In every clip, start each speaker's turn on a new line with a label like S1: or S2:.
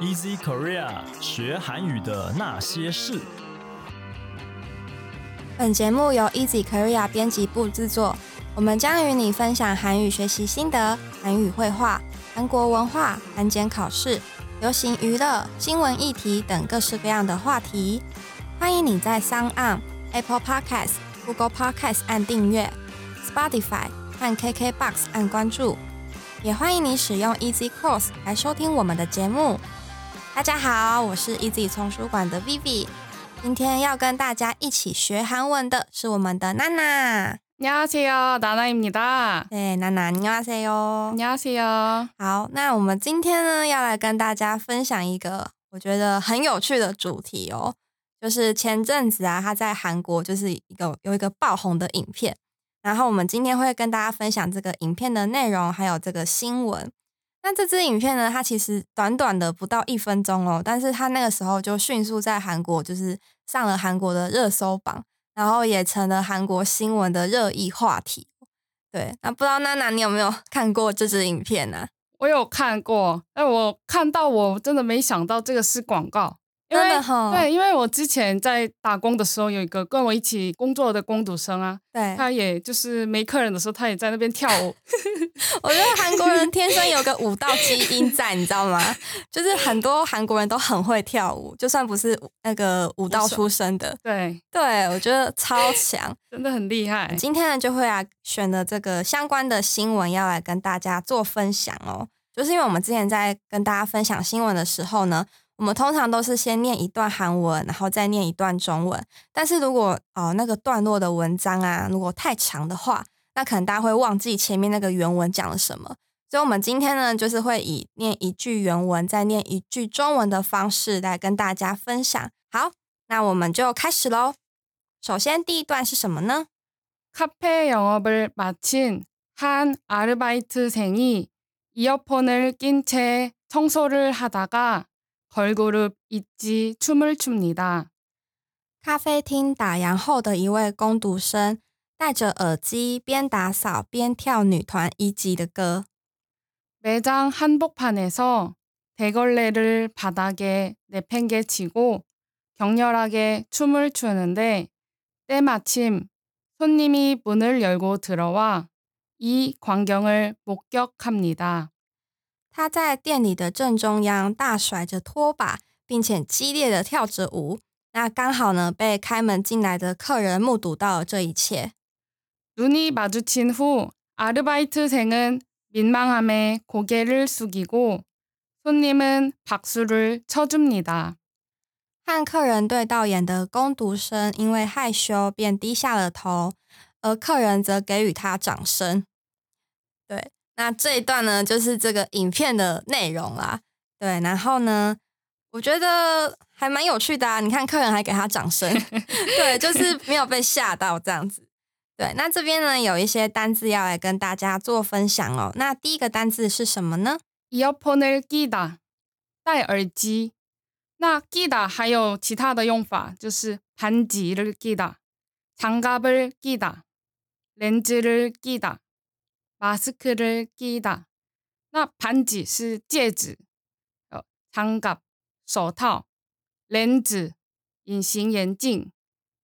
S1: Easy Korea 学韩语的那些事。
S2: 本节目由 Easy Korea 编辑部制作，我们将与你分享韩语学习心得、韩语绘画、韩国文化、韩检考试、流行娱乐、新闻议题等各式各样的话题。欢迎你在 s o n On、Apple Podcast、Google Podcast 按订阅，Spotify 和 KKBox 按关注，也欢迎你使用 Easy Course 来收听我们的节目。大家好，我是 Easy 丛书馆的 Vivi。今天要跟大家一起学韩文的是我们的娜娜。
S3: 안녕하세요, 나나입니다.
S2: 对，娜娜，你好塞哟。
S3: 안녕하세요.
S2: 好，那我们今天呢要来跟大家分享一个我觉得很有趣的主题哦，就是前阵子啊，他在韩国就是一个有一个爆红的影片，然后我们今天会跟大家分享这个影片的内容，还有这个新闻。那这支影片呢，它其实短短的不到一分钟哦，但是它那个时候就迅速在韩国就是上了韩国的热搜榜，然后也成了韩国新闻的热议话题。对，那不知道娜娜你有没有看过这支影片呢、
S3: 我有看过，但我看到我真的没想到这个是广告，因
S2: 真
S3: 为
S2: 的哈，
S3: 对，因为我之前在打工的时候，有一个跟我一起工作的工读生啊，
S2: 对，
S3: 他也就是没客人的时候，他也在那边 跳舞，
S2: 我觉得韩国人天生有个舞蹈基因在，你知道吗？ 就是很多韩国人都很会跳舞，就算不是那个舞蹈出身的，
S3: 对，
S2: 对我觉得超强。
S3: 真的很厉害。
S2: 今天呢，就会啊选的这个相关的新闻要来跟大家做分享哦。就是因为我们之前在跟大家分享新闻的时候呢，我们通常都是先念一段韩文，然后再念一段中文。但是如果哦、呃那个段落的文章啊，如果太长的话，那可能大家会忘记前面那个原文讲了什么。所以，我们今天呢，就是会以念一句原文，再念一句中文的方式来跟大家分享。好，那我们就开始喽。首先，第一段是什么呢？
S3: 카페 영업을 마친 한 아르바이트생이 이어폰을 낀 채 청소를 하다가 걸그룹 있지 춤을 춥니다.
S2: 咖啡厅打烊后的一位工读生，戴着耳机边打扫边跳女团一级的歌。
S3: 매장 한복판에서 대걸레를 바닥에 내팽개치고 격렬하게 춤을 추는데 때마침 손님이 문을 열고 들어와 이 광경을 목격합니다.
S2: 他在店里的正中央大甩着拖把，并且激烈的跳着舞。那刚好呢，被开门进来的客人目睹到了这一切。
S3: 눈이 마주친 후 아르바이트생은 민망함에 고개를 숙이고 손님은 박수를 쳐줍니다.
S2: 和客人对到眼的工读生因为害羞便低下了头，而客人则给予他掌声。对，那这一段呢，就是这个影片的内容啦。对，然后呢，我觉得还蛮有趣的啊。你看，客人还给他掌声，对，就是没有被吓到这样子。对，那这边呢有一些单字要来跟大家做分享哦。那第一个单字是什么呢？
S3: 이어폰을 끼다 戴耳机那 끼다 还有其他的用法就是반지를 끼다 장갑을 끼다 렌즈를 끼다 마스크를 끼다 那盘子是戒指呃장갑手套 렌즈 隐形眼镜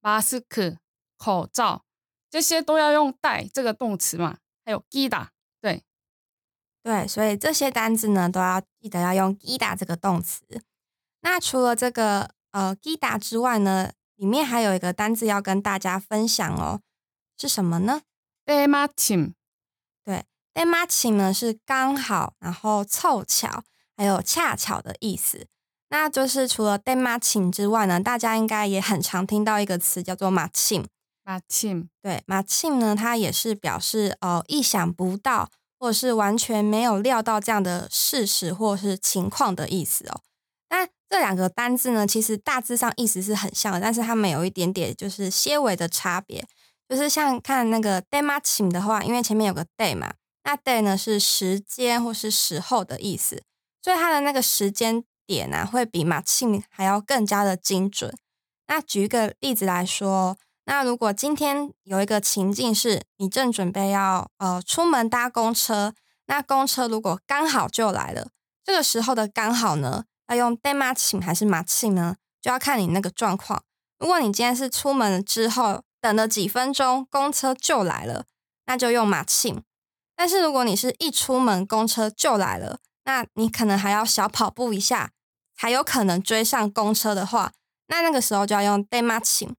S3: 마스크 口罩这些都要用戴这个动词嘛还有 끼다 对
S2: 对，所以这些单字呢，都要记得要用 “gida” 这个动词。那除了这个呃 “gida” 之外呢，里面还有一个单字要跟大家分享哦，是什么呢
S3: 때마침
S2: d e m a c h i 呢是刚好，然后凑巧，还有恰巧的意思。那就是除了 d e m a c h i 之外呢，大家应该也很常听到一个词叫做 “matching”。
S3: 마침
S2: 对 m a c h i n 呢，它也是表示呃意想不到或者是完全没有料到这样的事实或是情况的意思哦。但这两个单字呢，其实大致上意思是很像的，但是它们有一点点就是些微的差别。就是像看那个 day matching 的话，因为前面有个 day 嘛，那 day 呢是时间或是时候的意思，所以它的那个时间点啊，会比 matching 还要更加的精准。那举一个例子来说，那如果今天有一个情境是你正准备要呃出门搭公车，那公车如果刚好就来了，这个时候的刚好呢，要用 d e m a c h i 还是 m a c h i 呢？就要看你那个状况。如果你今天是出门了之后，等了几分钟，公车就来了，那就用 m a c h i 但是如果你是一出门，公车就来了，那你可能还要小跑步一下，才有可能追上公车的话，那那个时候就要用 d e m a c h i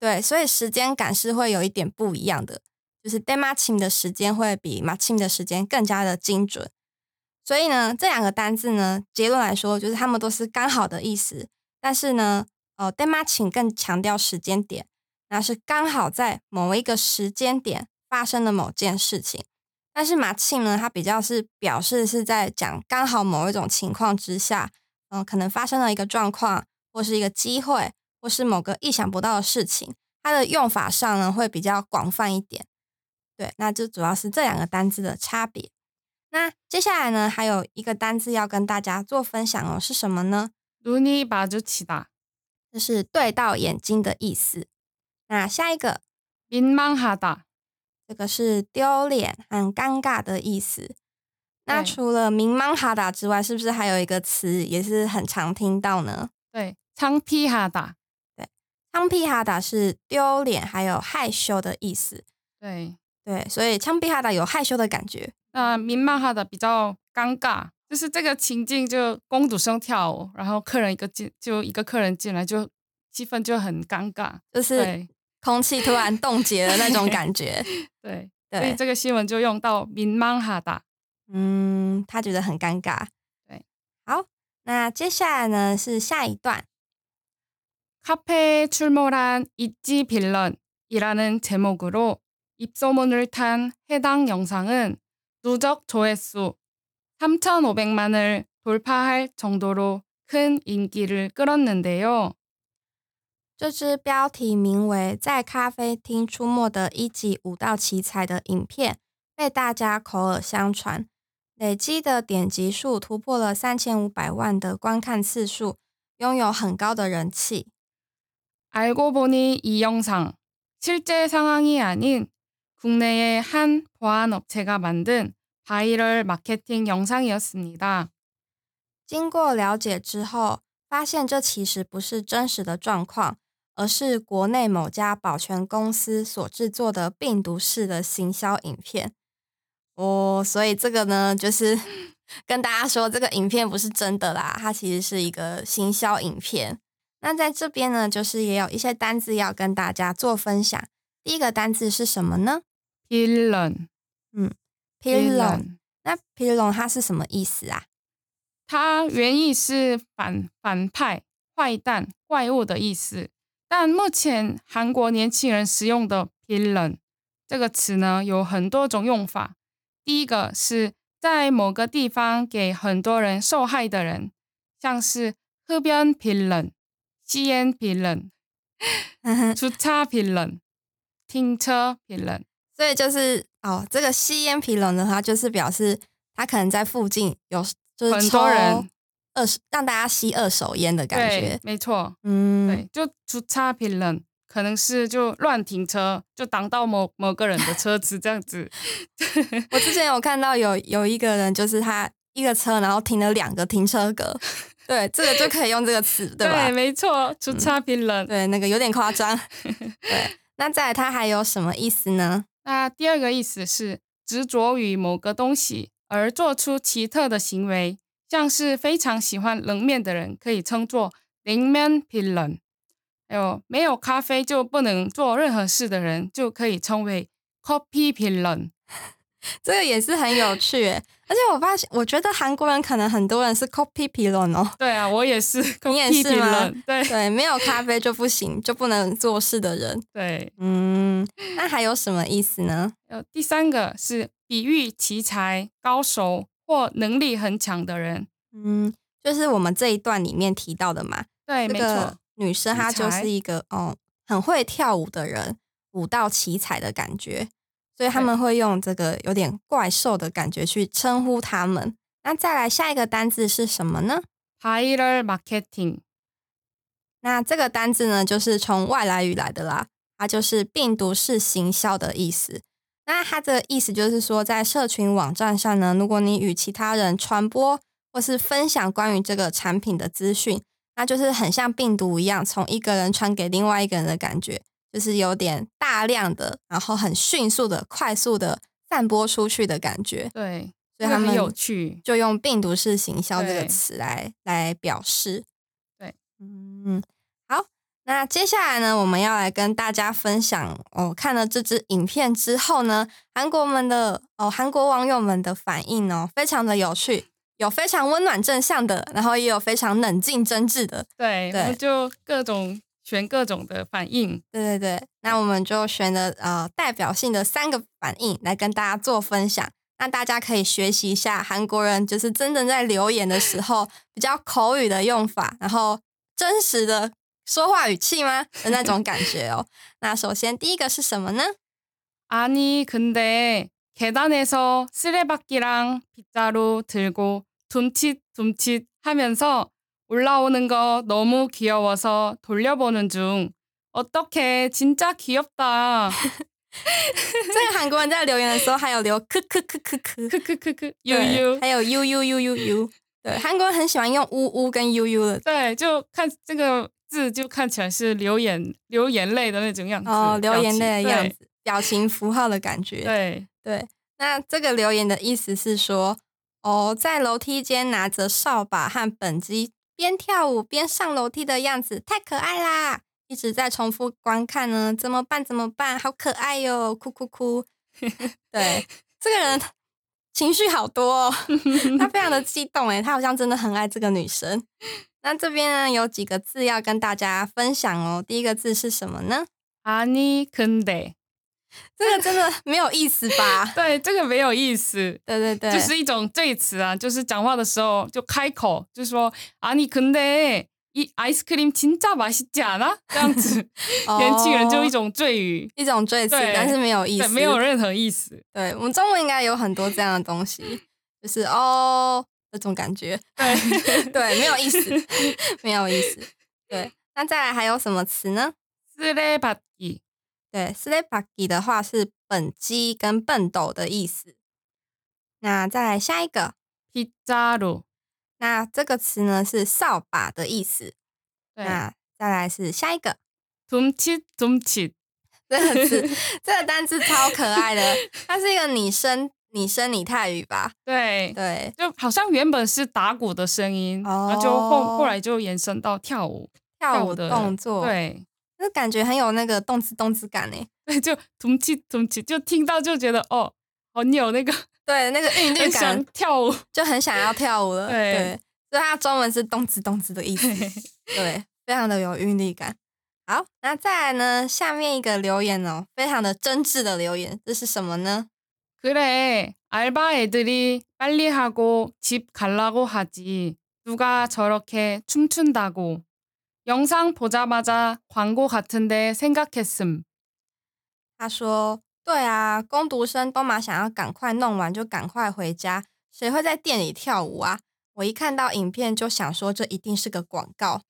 S2: 对，所以时间感是会有一点不一样的，就是 d e m a c h i 的时间会比 m a c h i 的时间更加的精准。所以呢，这两个单字呢，结论来说就是它们都是刚好的意思，但是呢，呃 d e m a c h i 更强调时间点，那是刚好在某一个时间点发生了某件事情。但是 m a c h i 呢，它比较是表示是在讲刚好某一种情况之下，嗯、可能发生了一个状况，或是一个机会，或是某个意想不到的事情，它的用法上呢会比较广泛一点。对，那就主要是这两个单字的差别。那接下来呢，还有一个单字要跟大家做分享哦，是什么呢？
S3: 눈이 마주치다,
S2: 就是对到眼睛的意思。那下一个，
S3: 민망하다,
S2: 这个是丢脸和尴尬的意思。那
S3: 对
S2: 除了明芒哈达之外，是不是还有一个词也是很常听到呢？
S3: 네, 창피하다,
S2: 枪毙哈达是丢脸还有害羞的意思。
S3: 네,
S2: 对，所以枪毙哈达有害羞的感觉。
S3: 那민망하다比较尴尬，就是这个情境就公主生跳舞，然后客人一个进就一个客人进来就气氛就很尴尬，
S2: 就是
S3: 对
S2: 空气突然冻结的那 种感觉。
S3: 对，所以
S2: 对，
S3: 这个新闻就用到민망하다，
S2: 嗯，他觉得很尴尬。
S3: 对，
S2: 好，那接下来呢是下一段，
S3: 카페에 출몰한 있지 빌런이라는 제목으로 입소문을 탄 해당 영상은 누적 조회수 3,500만을 돌파할 정도로 큰 인기를 끌었는데요.
S2: 这支标题名为《在咖啡厅出没的一级武道奇才》的影片被大家口耳相传，累积的点击数突破了三千五百万的观看次数，拥有很高的人气。
S3: 알고 보니 이 영상 실제 상황이 아닌 국내의 한 보안 업체가 만든 바이럴 마케팅 영상이었습니다.
S2: 经过了解之后，发现这其实不是真实的状况，而是国内某家保全公司所制作的病毒式的行销影片。哦，所以这个呢，就是 跟大家说，这个影片不是真的啦，它其实是一个行销影片。那在这边呢，就是也有一些单字要跟大家做分享。第一个单字是什么呢
S3: 빌런,
S2: ？pillow。那 pillow 它是什么意思啊？
S3: 它原意是反反派、坏蛋、怪物的意思，但目前韩国年轻人使用的 “villain” 这个词呢，有很多种用法。第一个是在某个地方给很多人受害的人，像是河边 villain、吸烟 villain、出差 villain、停车 villain。
S2: 所以就是哦，这个吸烟疲冷的话，就是表示他可能在附近有就是
S3: 很多人
S2: 抽二手让大家吸二手烟的感
S3: 对
S2: 觉，，
S3: 没错。
S2: 嗯，
S3: 对，就出差评论，可能是就乱停车，就挡到某某个人的车子这样子。
S2: 我之前有看到有有一个人，就是他一个车，然后停了两个停车 格，对，这个就可以用这个词， 对吧？嗯
S3: 没错，出差评论。
S2: 对，那个有点夸 张。对，那再来它还有什么意思呢？
S3: 那第二个意思是执着于某个东西而做出奇特的行为，像是非常喜欢冷面的人可以称作零面评论，还有没有咖啡就不能做任何事的人就可以称为 copy 评论。
S2: 这个也是很有趣耶，而且我发现，我觉得韩国人可能很多人是 copy 疲冷哦。
S3: 对啊，我也是
S2: 你也
S3: copy
S2: 是
S3: 评
S2: 吗
S3: 论。对
S2: 对，没有咖啡就不行，就不能做事的人。
S3: 对。
S2: 嗯，那还有什么意思呢？
S3: 呃，第三个是比喻奇才、高手或能力很强的人。
S2: 嗯，就是我们这一段里面提到的嘛，这
S3: 对，哎没
S2: 个
S3: 错，
S2: 女生
S3: 奇
S2: 她就
S3: 才
S2: 是一个哦很会跳舞的人，舞蹈奇才的感觉，所以他
S3: 对
S2: 们会用这个有点怪兽的感觉去称呼他们。那再来下一个单字是什么呢？
S3: 바이럴 마케팅。
S2: 那这个单字呢，就是从外来语来的啦，它就是病毒式行销的意思。那它的意思就是说，在社群网站上呢，如果你与其他人传播或是分享关于这个产品的资讯，那就是很像病毒一样，从一个人传给另外一个人的感觉，就是有点大量的，然后很迅速的、快速的散播出去的感觉。
S3: 对，
S2: 所以
S3: 这个
S2: 他们
S3: 很有趣。
S2: 就用“病毒式行销”这个
S3: 对
S2: 词来来表示。
S3: 对，
S2: 嗯，好，那接下来呢，我们要来跟大家分享哦，看了这支影片之后呢，韩国们的哦，韩国网友们的反应哦，非常的有趣，有非常温暖正向的，然后也有非常冷静真挚的。
S3: 对，
S2: 对
S3: 我们就各种选各种的反应。
S2: 对对对，那我们就选了呃代表性的三个反应来跟大家做分享。那大家可以学习一下韩国人，就是真正在留言的时候比较口语的用法，然后真实的说话语气吗的那种感觉哦。那首先第一个是什么呢？
S3: 아니, 근데 계단에서 쓰레받기랑 빗자루 들고 둠칫둠칫 하면서 올라오는 거 너무 귀여워서 돌려보는 중. 어떻게 진짜 귀엽다.
S2: 这个韩国人在留言的时候还有留크크크크크，
S3: 크크크크
S2: 对
S3: 유유.
S2: 还有 u u u u u，对，韩国人很喜欢用呜呜跟 u u 的
S3: 네, 就看这个字就看起来是流眼流眼泪的那种样子。
S2: 哦，留言
S3: 表情。
S2: 类的样子，表情符号的感觉。
S3: 对，对，
S2: 对，那这个留言的意思是说，哦，在楼梯间拿着扫把和本机边跳舞边上楼梯的样子太可爱啦！一直在重复观看呢，怎么办？怎么办？好可爱哟、哭哭 哭！ 对，这个人情绪好多、哦， 他非常 的激动欸诶，他好像真的很爱这个女生。那这边呢有几个字要跟大家分享哦，第一个字是什么呢？
S3: 아니, 근데 ？
S2: 这个真的没有意思吧
S3: 对这个没有意思。
S2: 对对对，
S3: 就是一种对词啊，就是讲话的时候就开口，就说啊，你근데이 아이스크림 진짜 맛있지 않아？这 样子，年轻人就一
S2: 哦
S3: 种赘语，
S2: 一种赘词，
S3: 对
S2: 但是没有 어。 意
S3: 对，
S2: 思，
S3: 没有。任何意思。
S2: 对我们中文应该有很多这样的东西，就是哦这种感觉，
S3: 对
S2: 对，没有意思， 没有意思。对，那再来还有什么词呢？
S3: 쓰레받기
S2: 对 s l e p a k i 的话是本鸡跟笨斗的意思。那再来下一个，
S3: 피자루，
S2: 那这个词呢是扫把的意思。
S3: 对，
S2: 那再来是下一个，
S3: 둠칫둠칫，
S2: 这个 字这个单字超可爱的，它是一个拟声拟声拟态语吧？
S3: 对，
S2: 对，
S3: 就好像原本是打鼓的声音，
S2: 哦
S3: 然后就后后来就延伸到跳舞，
S2: 跳舞
S3: 的
S2: 动作，
S3: 对。
S2: 那感觉很有那个动次动次感欸呢。
S3: 对，就咚气咚气，就听到就觉得哦，好你有那个
S2: 对， 那个韵律
S3: 很想
S2: 感
S3: 跳舞，
S2: 就很想要跳舞了。
S3: 对
S2: 对，所以它中文是动次动次的 意思。对，非常的有韵律感。好，那再来呢？下面一个留言哦，非常的真挚的留言，这是什么呢？
S3: 그래, 알바 애들이 빨리 하고 집 갈라고 하지. 누가 저렇게 춤춘다고. 영상 보자마자 광고 같은데 생각했음.
S2: 他说：“对啊，工读生都嘛想要赶快弄完就赶快回家，谁会在店里跳舞啊？我一看到影片就想说，这一定是个广告，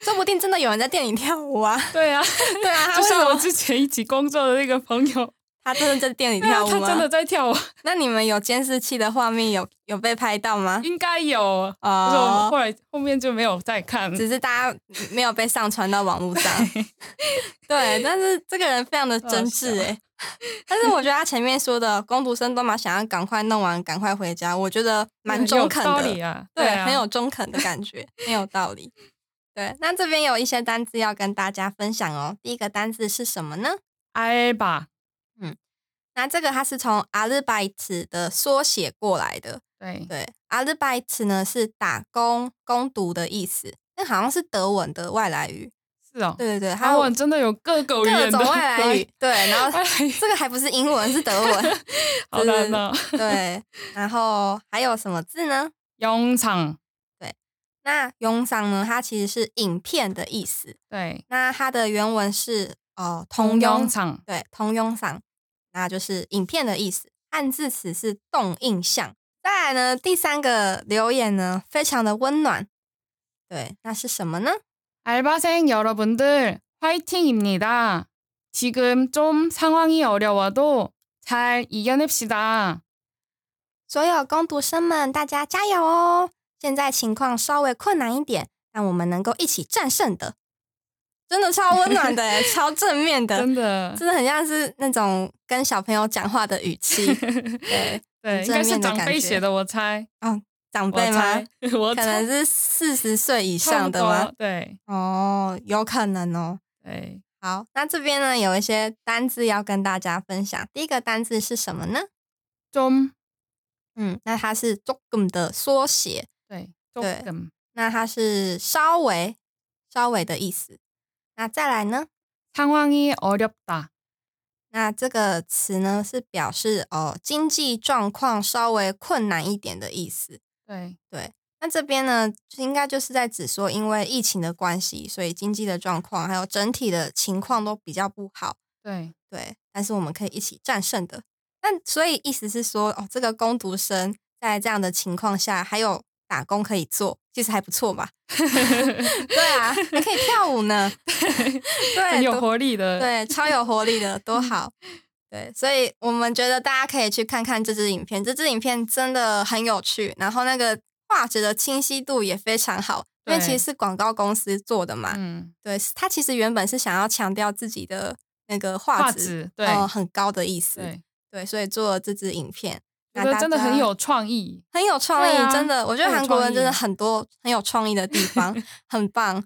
S2: 说不定真的有人在店里跳舞啊！
S3: 对 啊，
S2: 对 啊，他
S3: 就
S2: 为什
S3: 像我
S2: 么
S3: 之前一起工作的那个朋友， 아,
S2: 他真的在店里
S3: 对啊
S2: 跳舞
S3: 他
S2: 吗？
S3: 真的在跳舞，
S2: 那你们有监视器的画面有有被拍到 吗？
S3: 应该有。
S2: 아.
S3: 可是我们
S2: 哦，
S3: 后来后面就没有再看。
S2: 只是大家没有被上传到网络上。 对，但是这个人非常的真挚哎。但是我觉得他前面说的工读生都嘛想要赶快弄完，赶快回家，我觉得蛮中肯
S3: 有
S2: 的，
S3: 道理啊，
S2: 对，
S3: 啊，
S2: 很有中肯的感觉，很有道理。对，那这边有一些单字要跟大家分享哦。第一个单字是什么呢？
S3: 알바，
S2: 那这个它是从 “arbeit” 的缩写过来的，
S3: 对，
S2: 对，Arbeit 呢是打工、工读的意思，那好像是德文的外来语。
S3: 是哦，
S2: 对对对，还
S3: 韩
S2: 有
S3: 文真的有各种语
S2: 各
S3: 言的
S2: 种外来
S3: 네.
S2: 语，，对，然 后
S3: 外来语
S2: 这个还不是英文，是德文。
S3: 好难哦。
S2: 对，然后还有什么字呢？
S3: 영상，
S2: 那用上呢，它其实是影片的意思。
S3: 对，
S2: 那它的原文是哦，通
S3: 영
S2: 용
S3: 상。
S2: 对，通用上，那就是影片的意思。汉字词是动印象。再来呢，第三个留言呢，非常的温暖。对，那是什么呢？
S3: 알바생 여러분들 화이팅입니다. 지금 좀 상황이 어려워도 잘 이겨냅시다.
S2: 所有工读生们，大家加油哦！现在情况稍微困难一点，但我们能够一起战胜的。真的超温暖的耶，超正面的，
S3: 真的，
S2: 真的很像是那种跟小朋友讲话的语 气。对，
S3: 对，应
S2: 正
S3: 该是
S2: 面的
S3: 长
S2: 感
S3: 辈
S2: 觉
S3: 写的，我猜，
S2: 长
S3: 我
S2: 辈吗
S3: 猜？，我
S2: 可
S3: 猜
S2: 能是四十岁以
S3: 差
S2: 上
S3: 不
S2: 的吗
S3: 多？对
S2: 哦，有可能哦。
S3: 对，
S2: 好，那这边呢有一些单字要跟大家分享。第一个单字是什么呢？
S3: 좀
S2: 嗯，那它是 조금 的缩写，
S3: 네,
S2: 네.
S3: 조금
S2: 那它是稍微、稍微的意思。那再来呢？
S3: 상황이 어렵다.
S2: 那这个词呢是表示哦经济状况稍微困难一点的意思。
S3: 네,
S2: 那这边呢，就应该就是在指说，因为疫情的关系，所以经济的状况还有整体的情况都比较不好。
S3: 네,
S2: 对，但是我们可以一起战胜的。但所以意思是说，哦，这个工读生在这样的情况下还有打工可以做，其实还不错 嘛。对啊，还可以跳舞呢。对，多
S3: 很有活力的。
S2: 对，超有活力 的，多好。对，所以我们觉得大家可以去看看这支影片，这支影片真的很有趣，然后那个画质的清晰度也非常好，因为其
S3: 对
S2: 实是广告公司做的嘛。
S3: 嗯，
S2: 对，是它其实原本是想要强调自己的那个画
S3: 画
S2: 质，
S3: 质对
S2: 呃很高的意思。
S3: 对，
S2: 对，所以做了这支影片，
S3: 觉
S2: 那
S3: 得
S2: 大
S3: 真的很
S2: 家
S3: 有创意。
S2: 很有创意，
S3: 对啊
S2: 真的，我觉得
S3: 很有
S2: 韩国人
S3: 创意
S2: 真的很多很有创意的地 方，很棒。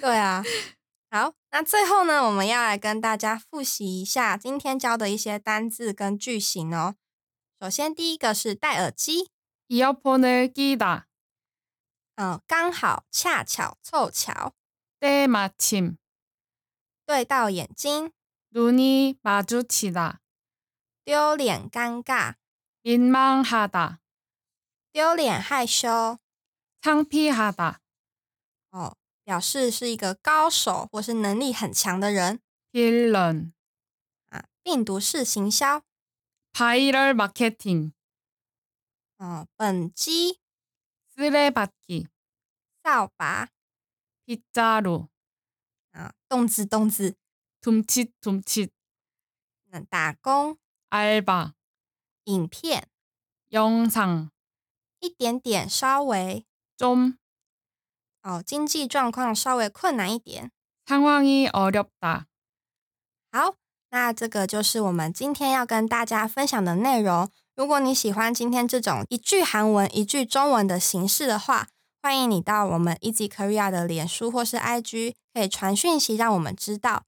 S2: 对啊，好，那最后呢，我们要来跟大家复习一下今天教的一些单字跟句型哦。首先，第一个是戴耳机，
S3: 이어폰을 끼다,
S2: 嗯、刚好、恰巧、凑巧，
S3: 때마침,
S2: 对到眼睛，
S3: 눈이 마주치다,
S2: 丢脸、尴尬，
S3: 민망하다,
S2: 丢脸、害羞，
S3: 창피하다,
S2: 哦，表示是一个高手或是能力很强的人
S3: 빌런,
S2: 啊。病毒式行销，
S3: 바이럴 마케팅,
S2: 嗯、本机、
S3: 쓰레받기,
S2: 扫把。
S3: 빗자루,
S2: 啊，动字动字，
S3: 둠칫둠칫,
S2: 嗯，打工、
S3: 알바,
S2: 影片，
S3: 영상,
S2: 一点点，稍微
S3: 좀,
S2: 哦，经济状况稍微困难一点。
S3: 상황이 어렵다.
S2: 好，那这个就是我们今天要跟大家分享的内容。如果你喜欢今天这种一句韩文一句中文的形式的话，欢迎你到我们 Easy Korea 的脸书或是 IG，可以传讯息让我们知道。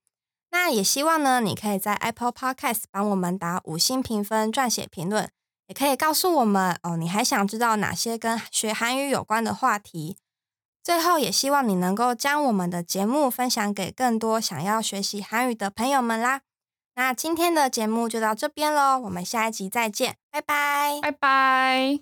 S2: 那也希望呢，你可以在 Apple Podcast 帮我们打五星评分、撰写评论，也可以告诉我们哦，你还想知道哪些跟学韩语有关的话题。最后，也希望你能够将我们的节目分享给更多想要学习韩语的朋友们啦。那今天的节目就到这边喽，我们下一集再见，拜拜。
S3: 拜拜。